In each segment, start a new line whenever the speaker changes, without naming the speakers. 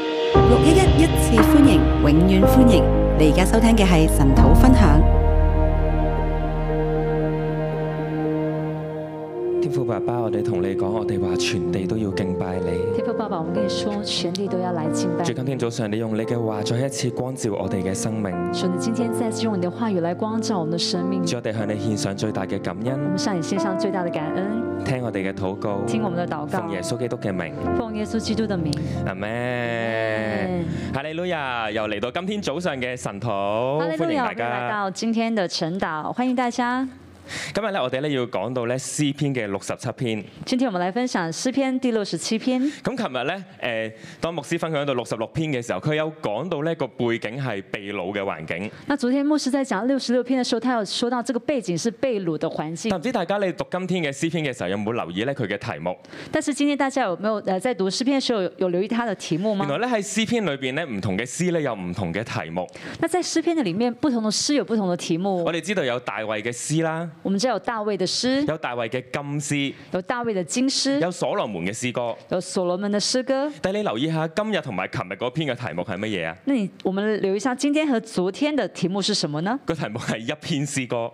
一一一次歡迎，永遠歡迎！你而家收聽嘅係神土分享。
天父爸爸，我哋同你講，我哋話全地都要敬拜你。
天父爸爸，我们跟你说，全地都要来敬拜
主，。今天早上你用你嘅話再一次光照我哋嘅生命。
主，你今天再次用你的话语来光照我们的生命。
主，我哋向你獻上最大嘅感
我
恩，
们向你献上最大的感恩，
聽我哋嘅禱告，
听我们的禱告
奉。耶穌基督嘅名，
奉耶穌基督的名，
阿咩？哈利路亞！又嚟到今天早上嘅神土，
哈利路
歡哦迎大
亞！我们来
家。
到今天的晨祷，欢迎大家。
今日咧，我哋咧要講到咧詩篇嘅六十七篇。
今天我们来分享詩篇第六十七篇。
咁琴日咧，誒、當牧師分享到六十六篇嘅時候，佢有講到呢個背景係被擄嘅環境。
那昨天牧师在讲六十六篇的时候，他有说到这个背景是被掳的环境
但，唔知大家你讀今天嘅詩篇嘅時候，有冇留意咧佢嘅題目？
但是今天大家有没有呃在讀詩篇的时候有有留意它的题目
原
吗
來？咧喺詩篇裏邊咧，唔同嘅詩咧有唔同嘅題目。
那在詩篇的里面，不同的詩有不同的题目
我。哋知道有大衛嘅詩啦，
我们知道有大卫的詩，
有大衛嘅金詩，
有大卫的金詩，
有所羅門嘅詩歌。
有所羅門的詩歌。
但你留意下今日同埋琴日嗰篇嘅題目係乜嘢啊？
那你我们留意一下今天和昨天的題目是什麼呢？
個題目係一篇詩歌。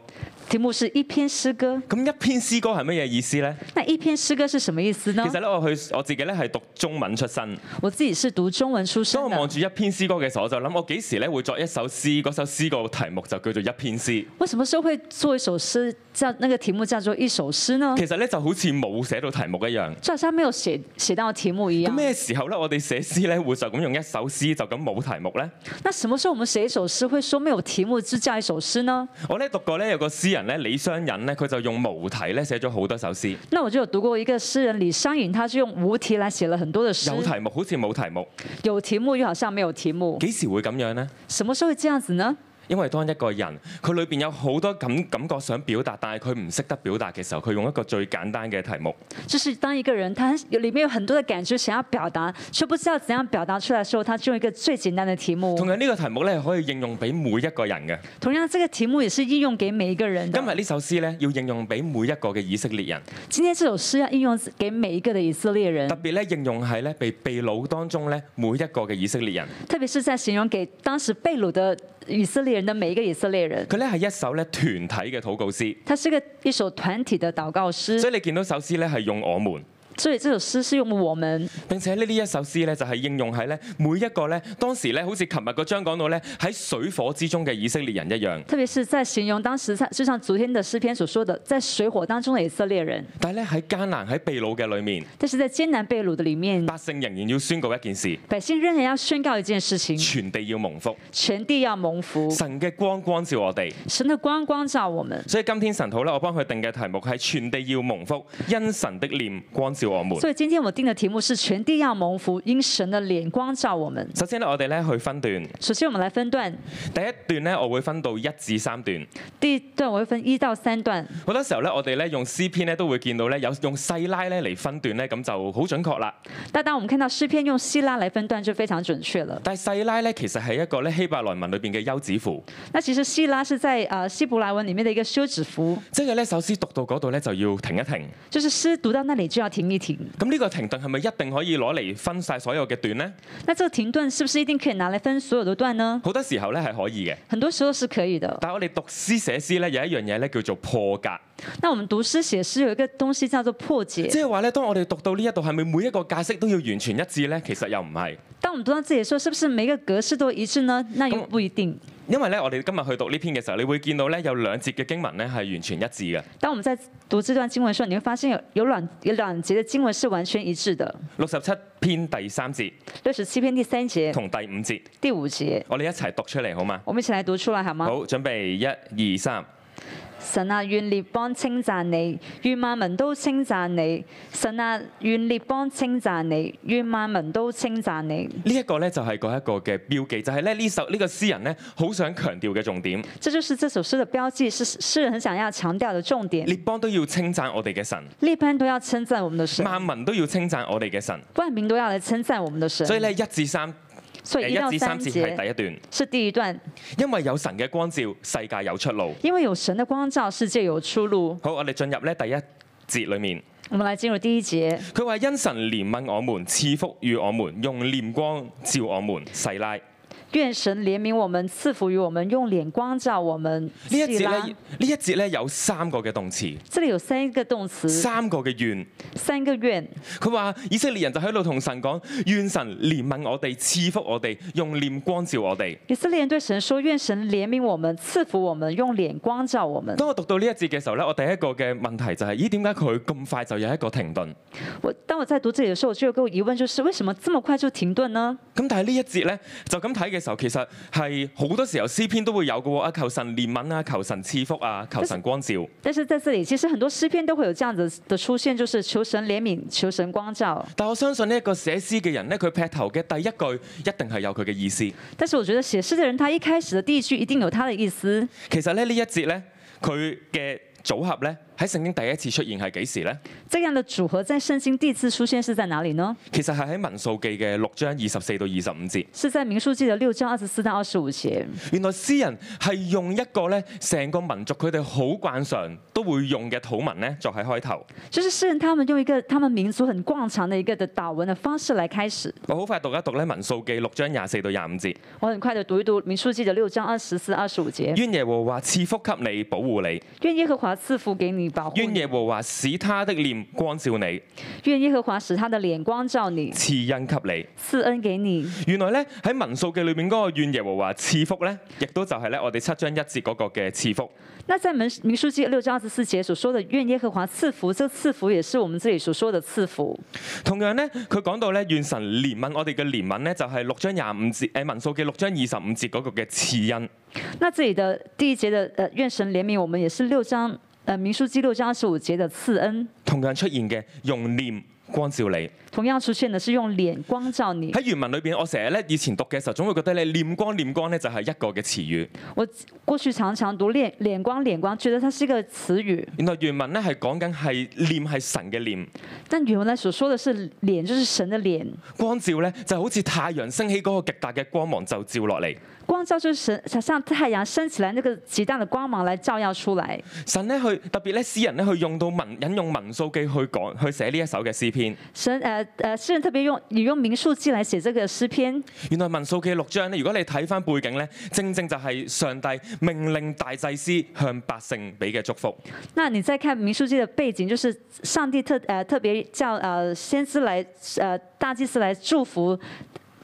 題目是一篇詩歌。
咁一篇詩歌係乜嘢意思呢？
那一篇詩歌是什麼意思呢
其？實咧，我去我自己咧係讀中文出身，
我自己是讀中文出身
所以我望
的，
住一篇詩歌嘅時候，我就諗我幾時咧會作一首詩，嗰首詩個題目就叫做一篇詩。
我什麼時候會做一首詩，叫那個題目叫做一首詩呢？
其實咧就好似冇寫到題目一樣。
就好像沒有寫寫到題目一
咁
樣。
咩時候咧我哋寫詩咧會就咁用一首詩就咁冇題目呢？
那什麼時候我們寫一首詩會說沒有題目就叫一首詩呢？
我咧讀過咧有個詩人咧李商隱咧，佢就用無題咧寫咗好多首詩，
那我就有讀過一個詩人李商隱，他是用無題來寫了很多的詩，
有題目好似冇題目，
有題目又好像沒有題目。
幾時會咁樣呢？
什麼時候會這樣子呢？
因為當一個人佢裏邊有好多感感覺想表達，但係佢唔識得表達嘅時候，佢用一個最簡單嘅題目。
就是当一个人他有里面有很多的感觉想要表达，却不知道怎样表达出来的时候，他就用一个最简单的题目。
同樣呢個題目咧可以應用俾每一個人嘅。
同样，这个题目也是应用给每一个人
今日
的。
呢首詩咧要應用俾每一個嘅以色列人，
今天这首诗要应用给每一个的以色列人
特，別咧應用喺咧被被擄當中咧每一個嘅以色列人。
特别是在形容给当时被掳的以色列人的每一个以色列人。
佢咧係一首咧團體嘅禱告詩，
它是个一首团体的祷告
所
诗，
以你見到首詩咧係用我們。
所以这首诗是用我们，
並且呢呢一首詩咧，就係應用喺咧每一個咧當時咧，好似琴日個章講到咧喺水火之中嘅以色列人一樣。
特别是在形容当时在就像昨天的诗篇所说的，在水火当中的以色列人。
但係咧喺艱難喺被擄嘅裏面，
但是在艰难被掳的里面，
百姓仍然要宣告一件事：
百姓仍然要宣告一件事情：
全地要蒙福，
全地要蒙福，
神嘅光光照我哋。
神的光光照我们。
所以今天神土咧，我幫佢定嘅題目係全地要蒙福，因神的念光照我們。
所以今天我定的题目是“全地要蒙福，因神的脸光照我们
首先咧，我哋咧去分段，”。
首先，我们来分段，
第一段咧，我會分到一至三段。
第一段我会分一到三段。
好多時候咧，我哋咧用詩篇咧都會見到咧有用細拉咧嚟分段咧，咁就好準確啦。
那当我们看到诗篇用希拉来分段，就非常准确了。
但係細拉咧，其實係一個咧希伯來文裏邊嘅休止符，
那其实希拉是在呃希伯来文里面的一个休止符，
即係呢首詩讀到嗰度咧就要停一停。
就是诗读到那里就要停一停。
咁呢個停頓係咪一定可以攞嚟分晒所有嘅段呢？
那这个停顿是不是一定可以拿来分所有的段呢？
好多時候咧係可以嘅，
很多时候是可以的。
但係我哋讀詩寫詩咧有一樣嘢咧叫做破格，
那我们读詩写诗有一个东西叫做破解，
即係話咧當我哋讀到呢一度係咪每一個格式都要完全一致呢？其實又唔係，
当我们读到这里的时候，是不是每个格式都一致呢？那也
咁
不一定。
因為咧我哋今日去讀呢篇嘅時候，你會見到咧有兩節嘅經文咧係完全一致嘅。
当我们在读这段经文的时候，你会发现有有两有两节的经文是完全一致的，
六十七篇第三節
六十七篇第三节、
同第五節，
第五节，
我哋一齊讀出嚟好嘛？
我们一起来读出来好吗？
好，準備一二三。
神啊，願列邦稱讚你，願萬民都稱讚你。神啊，願列邦稱讚你，願萬民都稱讚你。
呢一個咧就係嗰一個嘅標記，就係咧呢首呢個詩人咧好想強調嘅重點。
这就是这首诗的标记，是诗人很想要强调的重点。
列邦都要稱讚我哋嘅神，
列班都要称赞我们的神，
萬民都要稱讚我哋嘅神。
万民都要来称赞我们的神。
所以咧一至三，
所
誒
以一到
一至
三
三節係
节
第一段，
是第一段，
因為有神嘅光照，世界有出路。
因为有神的光照，世界有出路。
好，我哋進入咧第一節裡面。
我我们来进入第一节，
佢話因神憐憫我們，賜福與我們，用念光照我們，細拉。
愿神怜悯我们，赐福于我们，用脸光照我们。
呢一節
细
咧，
拉
呢一節咧有三個嘅動詞，
这里有三个动词，
三個嘅願。
三个愿。
佢話以色列人就喺度同神講：願神憐憫我哋，賜福我哋，用念光照我哋。
以色列人对神说：“愿神怜悯我们，赐福我们，用脸光照我们。
當我讀到呢一節嘅時候咧，我第一個嘅問題就係：咦，點解佢咁快就有一個停頓？
我”当我在读这里的时候，我就有个疑问，就是为什么这么快就停顿呢？
咁但係呢一節咧，就咁睇嘅時候，其實係好多時候詩篇都會有嘅喎，啊求神憐憫啊，求神賜福啊，求神光照。
但是在这里，其实很多诗篇都会有这样子的出现，就是求神怜悯，求神光照。
但我相信呢一個寫詩嘅人咧，佢劈頭嘅第一句一定係有佢嘅意思。
但是我觉得写诗的人，他一开始的第一句一定有他的意思。
其實咧呢一節咧，佢嘅組合咧喺聖經第一次出現係幾時咧？
这样的组合在圣经第一次出现是在哪里呢？
其實係喺民數記嘅六章二十四到二十五節。
是在民数记的六章二十四到二十五节。
原來詩人係用一個咧成個民族佢哋好慣常都會用嘅土文咧作喺開頭。
就是诗人他们用一个他们民族很惯常的一个的祷文的方式来开始。
我好快讀一讀咧民數記六章廿四到廿五節。
我很快的讀一讀《民數記》的六章二十四、二十五节。
願耶和華賜福給你，保護你；
愿耶和华赐福给你，保护
願
你。
耶和華使他的臉光照你，
愿耶和华使他的脸光照你，
賜恩給你。
赐恩给你。
原來咧喺民數記裏面嗰個願耶和華賜福咧，亦都就係咧我哋七章一節嗰個嘅賜福。
那在民民数记六章二十四节所说的“愿耶和华赐福”，这赐福也是我们这里所说的赐福。
同樣咧，佢講到咧願神憐憫我哋嘅憐憫咧，就係六章廿五節誒民數記六章二十五節嗰個嘅賜恩。
那这里的第一节的“呃愿神怜悯我们”，也是六章呃民数记六章二十五节的赐恩。
同樣出現嘅用念光照你
同样出现的是用脸光照你。
喺原文裏邊，我成日咧以前讀嘅時候，總會覺得咧念光念光咧就係一個嘅詞語。
我过去常常读“脸脸光脸光”，觉得它是一个词语，
原來原文咧係講緊係念係神嘅念，
但原文呢所说的是“脸”，就是神的脸。
光照咧就好似太陽升起嗰個極大嘅光芒就照落嚟。
光照就是神想像太阳升起来那个极大的光芒来照耀出来。
神咧去特別咧詩人咧去用到文引用民數記去講去寫呢一首嘅詩篇。
神呃呃，诗人特别用你用民数记来写这个诗篇。
原來民數記六章咧，如果你睇翻背景咧，正正就係上帝命令大祭司向百姓俾嘅祝福。
那你再看民数记的背景，就是上帝特呃特别叫呃先知来呃大祭司来祝福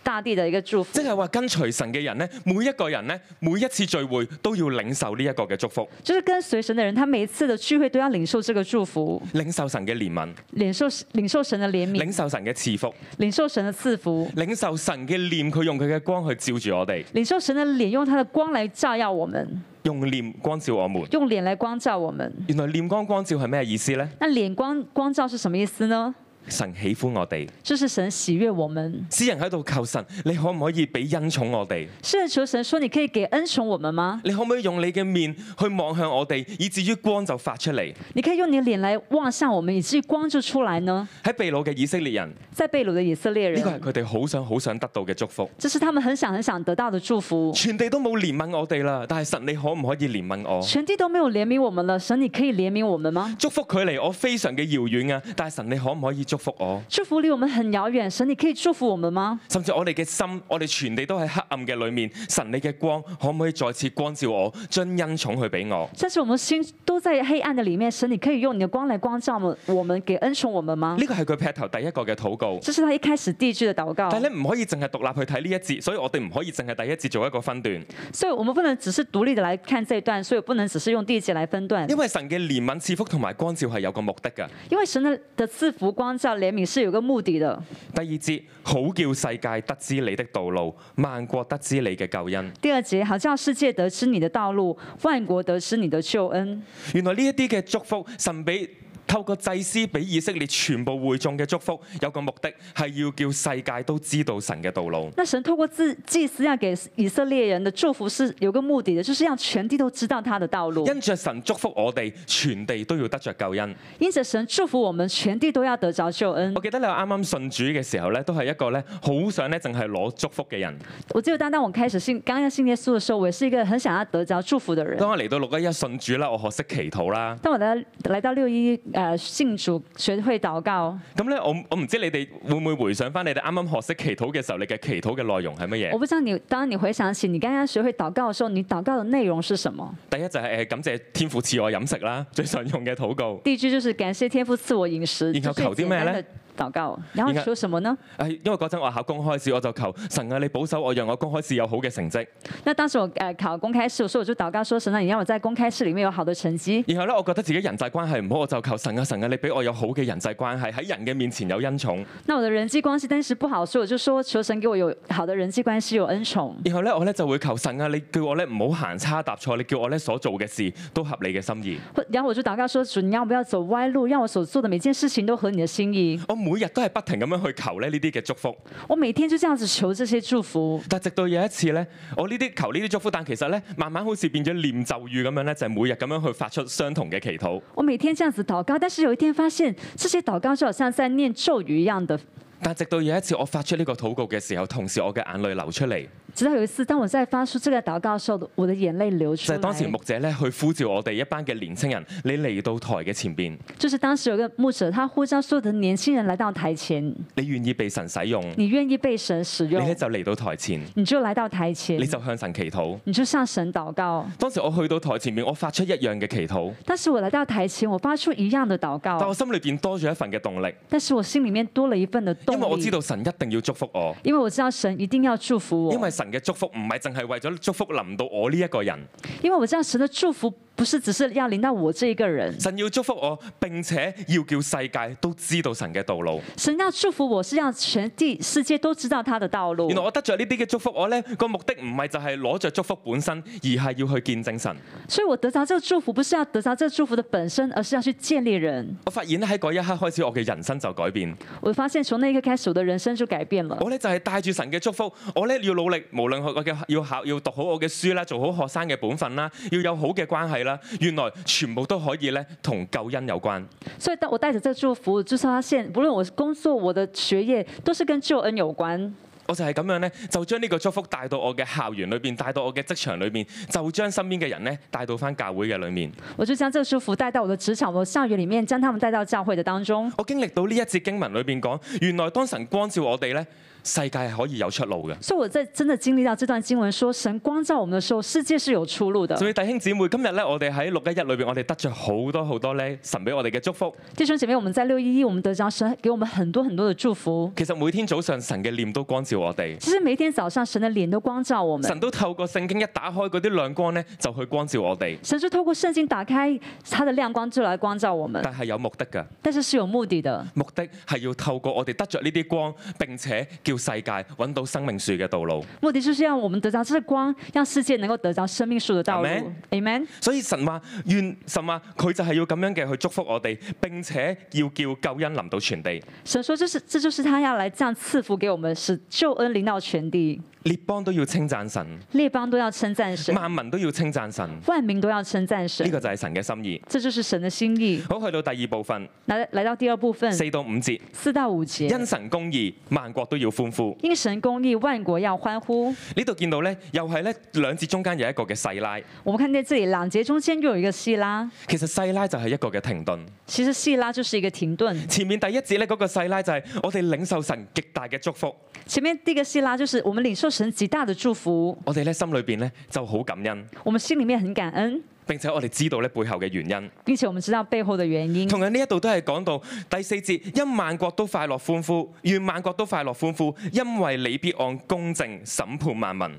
大地的一个祝福
即，係話跟隨神嘅人咧，每一個人咧，每一次聚會都要領受呢一個嘅祝福，
就是跟随神的人，他每一次的聚会都要领受这个祝福，
領受神嘅憐憫，
领受领受神的怜悯，
領受神嘅賜福，
领受神的赐福，
領受神嘅念，佢用佢嘅光去照住我哋，
领受神的脸，用他的光来照耀我们，
用念光照我們。
用脸来光照我们。
原來念光光照係咩意思呢？
那脸光光照是什么意思呢？
神喜歡我哋，
就是神喜悦我们。
詩人喺度求神，你可唔可以俾恩寵我哋？
是求神说：“你可以给恩宠我们吗？
你可唔可以用你嘅面去望向我哋，以至於光就發出嚟？
你可以用你的脸来望向我们，以至于光就出来呢
喺秘魯嘅以色列人，？”
在被掳的以色列
呢個係
人，
佢哋好想好想得到嘅祝福。
这是他们很想很想得到的祝福。
全地都冇憐憫我哋啦，但係神，你可唔可以憐憫我？
全地都没有怜悯我们了，神，你可以怜悯我们吗？
祝福距離我非常嘅遙遠啊！但係神，你可唔可以祝福我？
祝福离我们很遥远，神，你可以祝福我们吗？
甚至我哋嘅心，我哋全地都喺黑暗嘅裏面，神你嘅光可唔可以再次光照我，將恩寵去俾我？
但是我们心都在黑暗的里面，神，你可以用你的光来光照我们，我们给恩宠我们吗？
呢個係佢劈頭第一個嘅禱告。
这是他一开始第一句的祷告。
但係咧唔可以淨係獨立去睇呢一節，所以我哋唔可以淨係第一節做一個分段，
所以我们不能只是独立的来看这一段，所以不能只是用第一节来分段。
因為神嘅憐憫、賜福同埋光照係有個目的㗎。
因为神的的赐福、光照、怜悯是有个目的的。
第二節，好叫世界得知你的道路，萬國得知你嘅救恩。
第二节，好叫世界得知你的道路，万国得知你的救恩。
原來呢一啲嘅祝福，神俾透過祭司俾以色列全部會眾嘅祝福，有個目的係要叫世界都知道神嘅道路。
那神透过自祭司要给以色列人的祝福是有个目的的，就是让全地都知道他的道路。
因着神祝福我哋，全地都要得着救恩。
因此，神祝福我们全地都要得着救恩
我。記得你啱啱信主嘅時候咧，都係一個咧好想咧，淨係攞祝福嘅人。
我记得当当我开始信刚刚信耶稣的时候，我也是一个很想要得着祝福的人。
當我嚟到六一一信主啦，我學識祈禱啦。
当我来来到六一呃信主，学会祷告。
咁咧，我唔我唔知你哋會唔會回想翻你哋啱啱學識祈禱嘅時候，你嘅祈禱嘅內容係乜
我
嘢？
不知道你，当你回想起你刚刚学会祷告的时候，你祷告的内容是什么？
第一就係、呃感謝天父賜我飲食啦， 最常用嘅禱告。
第一句就是感谢天父赐我饮食，
然后
这是
求啲
最
咩
简单
呢
的祷告，然后
然后
求什么呢？
誒，因為嗰陣我考公開試，我就求神啊，你保守我，讓我公開試有好嘅成績。
那当时我呃考公开试，所以我就祷告说：神啊，你让我在公开试里面有好的成绩。
然後咧，我覺得自己人際關係唔好，我就求神啊，神啊，你俾我有好嘅人際關係，喺人嘅面前有恩寵。
那我的人际关系当时不好，所以我就说求神给我有好的人际关系，有恩宠。
然後咧，我咧就會求神啊，你叫我咧唔好行差踏錯，你叫我咧所做嘅事都合你嘅心意。
或然后我就祷告说：主，你让我不要走歪路，让我所做的每件事情都合你的心意。
我每日都係不停咁樣去求咧呢啲嘅祝福，
我每天就这样子求这些祝福。
但直到有一次咧，我呢啲求呢啲祝福，但其實咧慢慢好似變咗念咒語咁樣咧，就係每日咁樣去發出相同嘅祈禱。
我每天这样子祷告，但是有一天发现这些祷告就好像在念咒语一样的。
但直到有一次我發出呢個禱告嘅時候，同時我嘅眼淚流出嚟，
直到有一次，当我在发出这个祷告的时候，我的眼泪流出
就係、
来。
當時牧者咧去呼召我哋一班嘅年青人，你嚟到台嘅前邊，
就是当时有个牧者，他呼召所有的年轻人来到台前，
你願意被神使用，你
你愿意被神使
咧
用，
就嚟到台前，
你就来到台前
你，就向神祈禱。
你就向神祷告。
當時我去到台前面，我發出一樣嘅祈禱，
但是我来到台前，我发出一样的祷
但
告
我，心裏邊多咗一份嘅動力，
但是我心里面多了一份的动
因
力，
為我知道神一定要祝福我。
因为我知道神一定要祝福我，
因為神嘅祝福唔係淨係為咗祝福臨到我呢一個人，
因为我知道神的祝福不是只是要临到我这一个人，
神要祝福我，並且要叫世界都知道神嘅道路。
神要祝福我是让全地世界都知道他的道路
原來。我得着呢啲嘅祝福，我呢個目的唔係就係攞着祝福本身，而係要去見證神。
所以我得着这个祝福，不是要得着这个祝福的本身，而是要去建立人。
我發現咧喺嗰一刻開始，我嘅人生就改變。
我发现从那一刻开始，我的人生就改变了。
我呢就係帶住神嘅祝福，我呢要努力，無論我嘅要考要讀好我嘅書啦，做好學生嘅本分啦，要有好嘅關係啦，原來全部都可以呢同救恩有關。
所以，当我带着这个祝福，就是发现，不论我工作、我的学业，都是跟救恩有关。
我就係咁樣呢，就將呢個祝福帶到我嘅校園裏邊，帶到我嘅職場裏面，就將身邊嘅人呢帶到翻教會嘅裏面。
我就将这个祝福带到我的职场、我的校园里面，将他们带到教会的当中。
我經歷到呢一節經文裏邊講，原來當神光照我哋呢，世界係可以有出路嘅。
所以，我在真的经历到这段经文说，神光照我们的时候，世界是有出路的。
所以弟兄姊妹，今日呢，我哋喺六一一裏邊，我哋得着好多好多呢神俾我哋嘅祝福。
弟兄姐妹，我们在六一一，我们得着神给我们很多很多的祝福。
其實每天早上神嘅念都光照我哋，
其实每天早上，神的脸都光照我们。
神都透過聖經一打開嗰啲亮光呢，就去光照我哋，
神就透过圣经打开他的亮光，就来光照我们，
但係有目的㗎。
但是是有目的的。
目的係要透過我哋得着呢啲光，並且叫世界揾到生命樹嘅道路。
目的就是让我们得着这光，让世界能够得着生命树的道路。Amen。
所以神話願神話佢就係要咁樣嘅去祝福我哋，並且要叫救恩臨到全地。
神说：“这是，这就是他要来这样赐福给我们，使救恩临到全地，
列邦都要稱讚神，
列邦都要称赞神，
萬民都要稱讚神，呢、
万民都要称赞神。
個就係神嘅心意。
这就是神的心意。
好，去到第二部分
来来到第二部分，
四到五節，
四到五节，
因神公義，萬國都要歡呼。
因神公义，万国要欢呼。
呢度見到呢，又係呢兩節中間有一個嘅細拉，
我们看见这里两节中间又有一个细拉，
其實細拉就係一個嘅停頓。
其实细拉就是一个停顿。
前面第一節呢，嗰、個細拉就係我哋領受神極大嘅祝福，
前面第一个细拉就是我们领受神极大的祝福，
我哋呢心裏邊呢就好感恩，
我们心里面很感恩，
並且我哋知道呢背後嘅原因。
并且我们知道背后的原因。
同樣呢一度都係講到第四節，因萬國都快樂歡呼，願萬國都快樂歡呼，因為你必按公正審判萬民。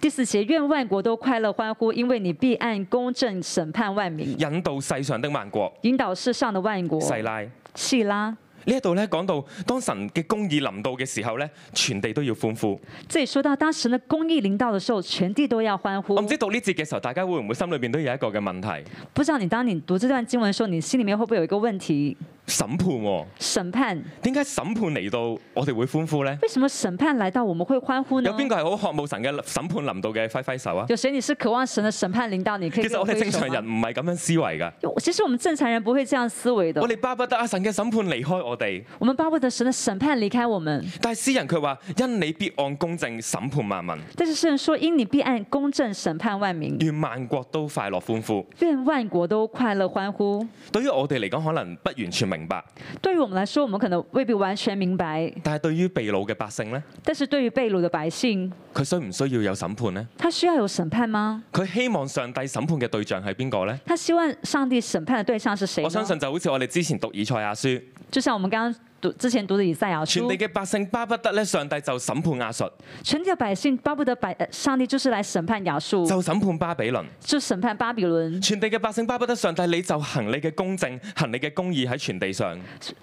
第四节，愿万国都快乐欢呼，因为你必按公正审判万民，
引導世上的萬國。
引导世上的万国。
細拉呢
细拉，
一度咧講到，當神嘅公義臨到嘅時候咧，全地都要歡呼。
这里说到当时的公义临到的时候，全地都要欢呼
我。唔知道呢節嘅時候，大家會唔會心裏邊都有一個嘅問題？
不知道你当你读这段经文的时候，你心里面会不会有一个问题？
審判喎、
审判。
點解審判嚟到我哋會歡呼呢？
为什么审判来到我们会欢呼呢
有？邊個係好渴慕神嘅審判臨到嘅揮揮手啊？
有谁你是渴望神的审判临到你？可以
其實我哋
跟
正常
挥手吗
人唔係咁樣思維㗎。
有其实我们正常人不会这样思维的
我。哋巴不得啊神嘅審判離開我哋，
我们巴不得神的审判离开我们，
但係詩人佢話：因你必按公正審判萬民，
但是圣人说：“因你必按公正审判万民，
願萬國都快樂歡呼。
愿万国都快乐欢呼。
對於我哋嚟講，可能不完全明白，”
对于我们来说，我们可能未必完全明白，
但係對於被掳嘅百姓呢，
但是对于被掳的百姓，
佢需唔需要有審判呢？
他需要有审判吗？
佢希望上帝審判嘅對象係邊個呢？
他希望上帝审判的對象是谁呢？
我相信就好似我哋之前讀以賽亞書，
就像我们刚刚读之前读的以赛亚
全
书
地，嘅百姓巴不得咧，上帝就審判亞述，
全地的百姓巴不得百呃上帝就是来审判亚述，
就審判巴比倫。
就审判巴比伦。
全地嘅百姓巴不得上帝你就行你嘅公正，行你嘅公義喺全地上。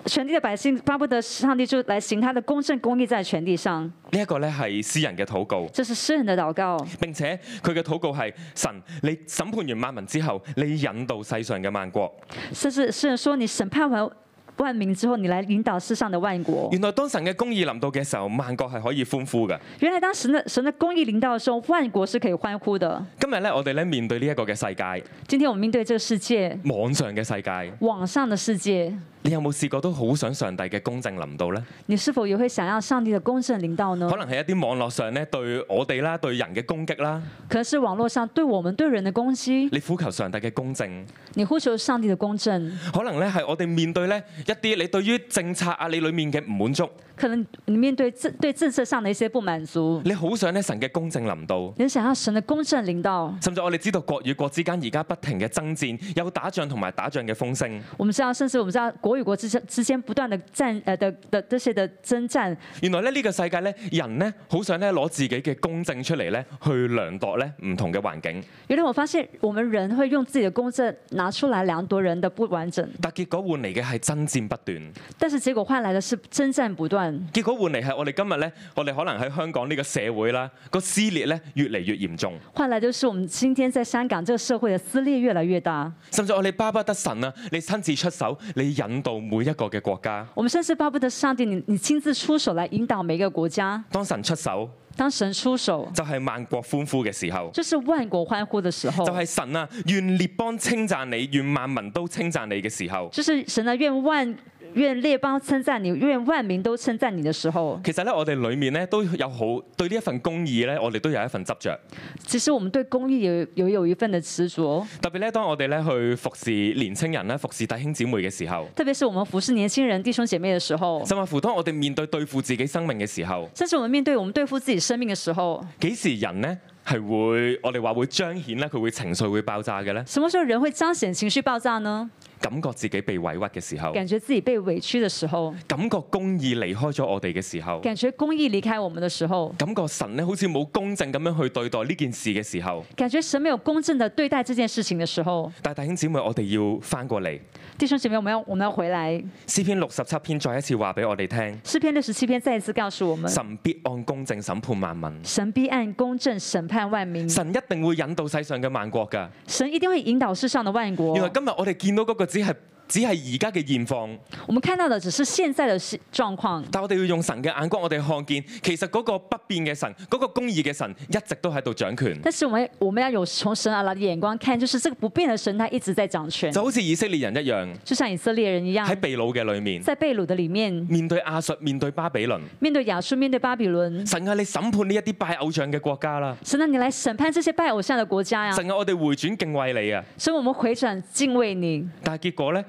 全地的百姓巴不得上帝就来行他的公正公义在全地上。
呢一個咧係詩人嘅禱告。
这是诗人的祷告，
並且佢嘅禱告係神，你審判完萬民之後，你引導世上嘅萬國。
甚至诗人说：“你审判完万民之后，你来引导世上的万国。
原來當神嘅公義臨到嘅時候，萬國係可以歡呼嘅。”
原来当神的神的公义临到的时候，万国是可以欢呼的。
今日咧，我哋咧面對呢一個嘅世界，
今天我们面对这个世界，
網上嘅世界，
网上的世界，
你有冇試過都好想上帝嘅公正臨到呢？
你是否也会想要上帝的公正临到呢
可？能係一啲網絡上咧對我哋啦、對人嘅攻擊啦，
可能是网络上对我们对人的攻击，
你呼求上帝嘅公正。
你呼求上帝的公正，
可能咧係我哋面對咧一啲你對於政策啊你裡面嘅唔滿足，
可能你面对政对政策上的一些不满足，
你好想咧神嘅公正臨到。
你想要神的公正临到。
甚至我哋知道國與國之間而家不停嘅爭戰，有打仗同埋打仗嘅風聲。
我们知道，甚至我们知道国与国之间之间不断的战呃的的这些的征战，
原來咧呢個世界咧，人咧好想咧攞自己嘅公正出嚟咧，去量度咧唔同嘅環境，
原来我发现我们人会用自己的公正拿出来量度人的不完整，
但結果換嚟嘅係爭戰不斷，
但是结果換来的是征战不断。
結果換嚟係我哋今日咧，我哋可能喺香港呢個社會啦，個撕裂咧越嚟越嚴重，
换来就是我们今天在香港这个社会的撕裂越来越大，
甚至我哋巴不得神啊，你親自出手，你引導每一個嘅國家。
我们甚至巴不得上帝你你亲自出手来引导每一个国家。
當神出手，
当神出手，
就係萬國歡呼嘅時候。
就是万国欢呼的时候，
就係神啊！願列邦稱讚你，願萬民都稱讚你嘅時候，
就是神的愿万愿列邦称赞你，愿万民都称赞你的时候。
其實咧，我哋裡面咧都有好對呢一份公義咧，我哋都有一份執着。
其实我们对公益有有有一份的执着，
特別咧，當我哋咧去服侍年青人咧，服侍弟兄姊妹嘅時候，
特别是我们服侍年轻人弟兄姐妹的时候，
甚至乎當我哋面對對付自己生命嘅時候，
甚至我们面对我们对付自己生命的时候，
幾時人咧係會我哋話會彰顯咧，佢會情緒會爆炸嘅咧，
什么时候人会彰显情绪爆炸呢？
感覺自己被委屈嘅時候，
感觉自己被委屈的时候，
感覺公義離開咗我哋嘅時候。
感觉公益离开我们的时候，
感覺神咧好似冇公正咁樣去對待呢件事嘅時候，
感觉神没有公正的对待这件事情的时候，
但係弟兄姊妹，我哋要翻過嚟，
弟兄姐妹，我们要我们要回来。
詩篇六十七篇再一次話俾我哋聽：
诗篇六十七篇再一次告诉我们，
神必按公正審判萬民，
神必按公正审判万民，
神一定會引導世上嘅萬國㗎。
神一定会引导世上的万国
原。來今日我哋見到嗰個只係只係而家嘅現況，
我们看到的只是现在的事状况，
但我哋要用神嘅眼光，我哋看見其實嗰個不變嘅神，嗰、個公義嘅神一直都喺度掌權。
但是我们我们要有从神而来的眼光看，就是这个不变的神，他一直在掌权，
就好似以色列人一樣，
就像以色列人一样
喺，被掳嘅裏面，
在被掳的里面，
面對亞述，面對巴比倫，
面对亚述，面对巴比伦，
神啊，你審判呢一啲拜偶像嘅國家啦，
神啊，你来审判这些拜偶像的国家呀、
神啊，我哋回轉敬畏你啊！
所以我们回转敬畏你。
但係結果呢，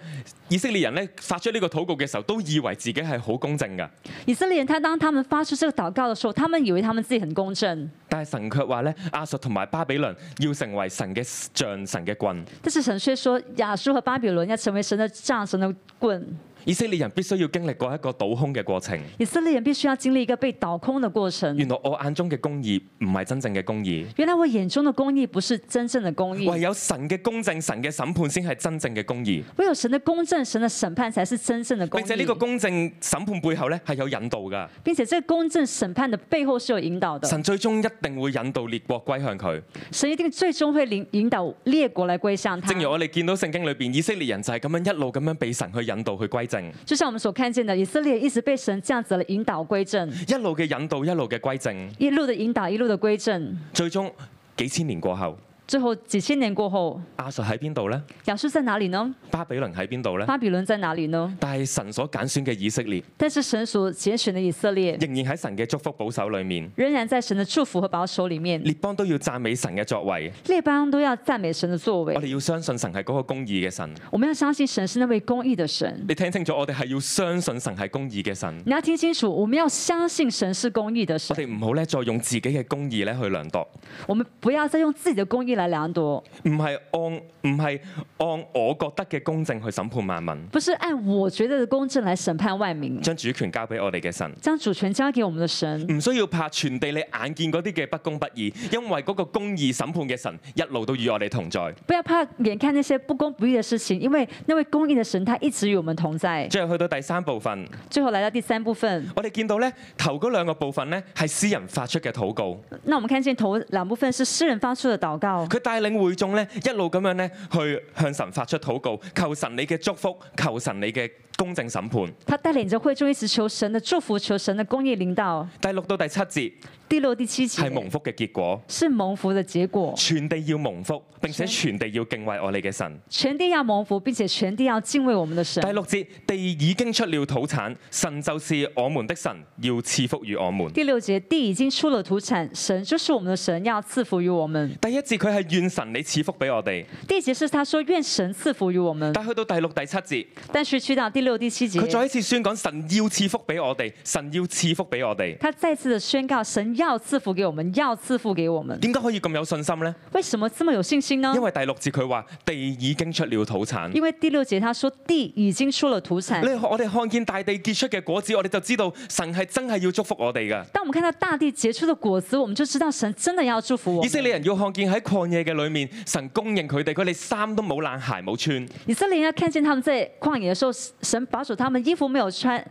以色列人呢發出呢個禱告嘅時候，都以為自己係好公正㗎。
以色列人他当他们发出这个祷告的时候，他们以为他们自己很公正，
但係神卻話咧，亞述同埋巴比倫要成為神嘅杖、神嘅棍。
但是神却说亚述和巴比伦要成为神的杖、神的棍。
以色列人必須要經歷過一個倒空嘅過程。
以色列人必须要經歷一個被倒空的過程。
原來我眼中嘅公義唔係真正嘅公義，
原來我眼中的公義不是真正的公
唯
義，
有神嘅公正、神嘅審判先係真正嘅公義。
唯有神的公正、神的審判才是真正的公
並且呢個
義。
公正審判背後咧係有引導㗎，
並且這個公正審判的背後是有引導的，
神最終一定會引導列國歸向佢。
神一定最終會引引導列國來歸向他
正。如我哋見到聖經裏邊以色列人就係咁樣一路咁樣被神去引導去歸正，
就像我们所看见的，以色列一直被神这样子的引导归正，
一路嘅引導，一路嘅歸正，
一路的引导，一路的归正。
最終幾千年過後，
最后几千年过后，
亞述喺邊度呢？
亚述在哪里呢？
巴比倫喺邊度呢？
巴比伦在哪里呢？
但係神所揀選嘅以色列，
但是神所拣选的以色列，
仍然喺神嘅祝福保守裏面。
仍然在神的祝福和保守里面。
列邦都要讚美神嘅作為，
列邦都要讚美神的作
我
为，
哋要相信神係嗰個公義嘅神。
我们要相信神是那位公义的神。
你聽清楚，我哋係要相信神係公義嘅神。
你要听清楚，我们要相信神是公义的神
我，哋唔好咧再用自己嘅公義咧去量度，
我们不要再用自己的公义来量度，
唔係按唔係按我覺得嘅公正去審判萬民，
不是按我觉得的公正来审判万民，
將主權交俾我哋嘅神。
将主权交给我们的神，
唔需要怕全地你眼見嗰啲嘅不公不義，因為嗰個公義審判嘅神一路都與我哋同在。
不要怕眼看那些不公不义的事情，因为那位公义的神他一直与我们同在。
最後去到第三部分，
最后来到第三部分，
我哋見到呢頭嗰兩個部分呢，係詩人發出嘅禱告，
那我们看见头两部分是诗人发出的祷告，
佢帶領會眾呢一路咁樣呢去向神發出禱告，求神你嘅祝福，求神你嘅公正審判。
他带领着会众一直求神的祝福，求神的公义领导。
第六到第七節
第六、第七节
係蒙福嘅結果，
是蒙福的结果，
全地要蒙福，並且全地要敬畏我哋嘅神。
全地要蒙福，并且全地要敬畏我们的神
第。六節地已經出了土產，神就是我們的神，要賜福與我們。
第六节，地已经出了土产，神就是我们的神，要赐福于我们。
第一節佢係願神你賜福俾我哋，
第一节是他说愿神赐福于我们，
但去哎到第六、第七節，
但是去到第六、第七节，
佢再一次宣講神要賜福俾我哋，神要賜福俾我哋。
他再次的宣告，神要赐福给我们，要赐福给我们。
點解可以咁有信心呢？
为什么这么有信心呢
因？為第六節佢話地已經出了土產。
啊因为第六节他说地已经出了土产
你。我哋看見大地結出嘅果子，我哋就知道神係真係要祝福我哋噶。
当我们看到大地结出的果子，我们就知道神真的要祝福我
以
们。
色列人要看見喺曠野嘅裏面，神供應佢哋，佢哋衫都冇爛，鞋冇穿。
以色列人要看见他们在旷野的时候，神保守他们，衣服没有穿，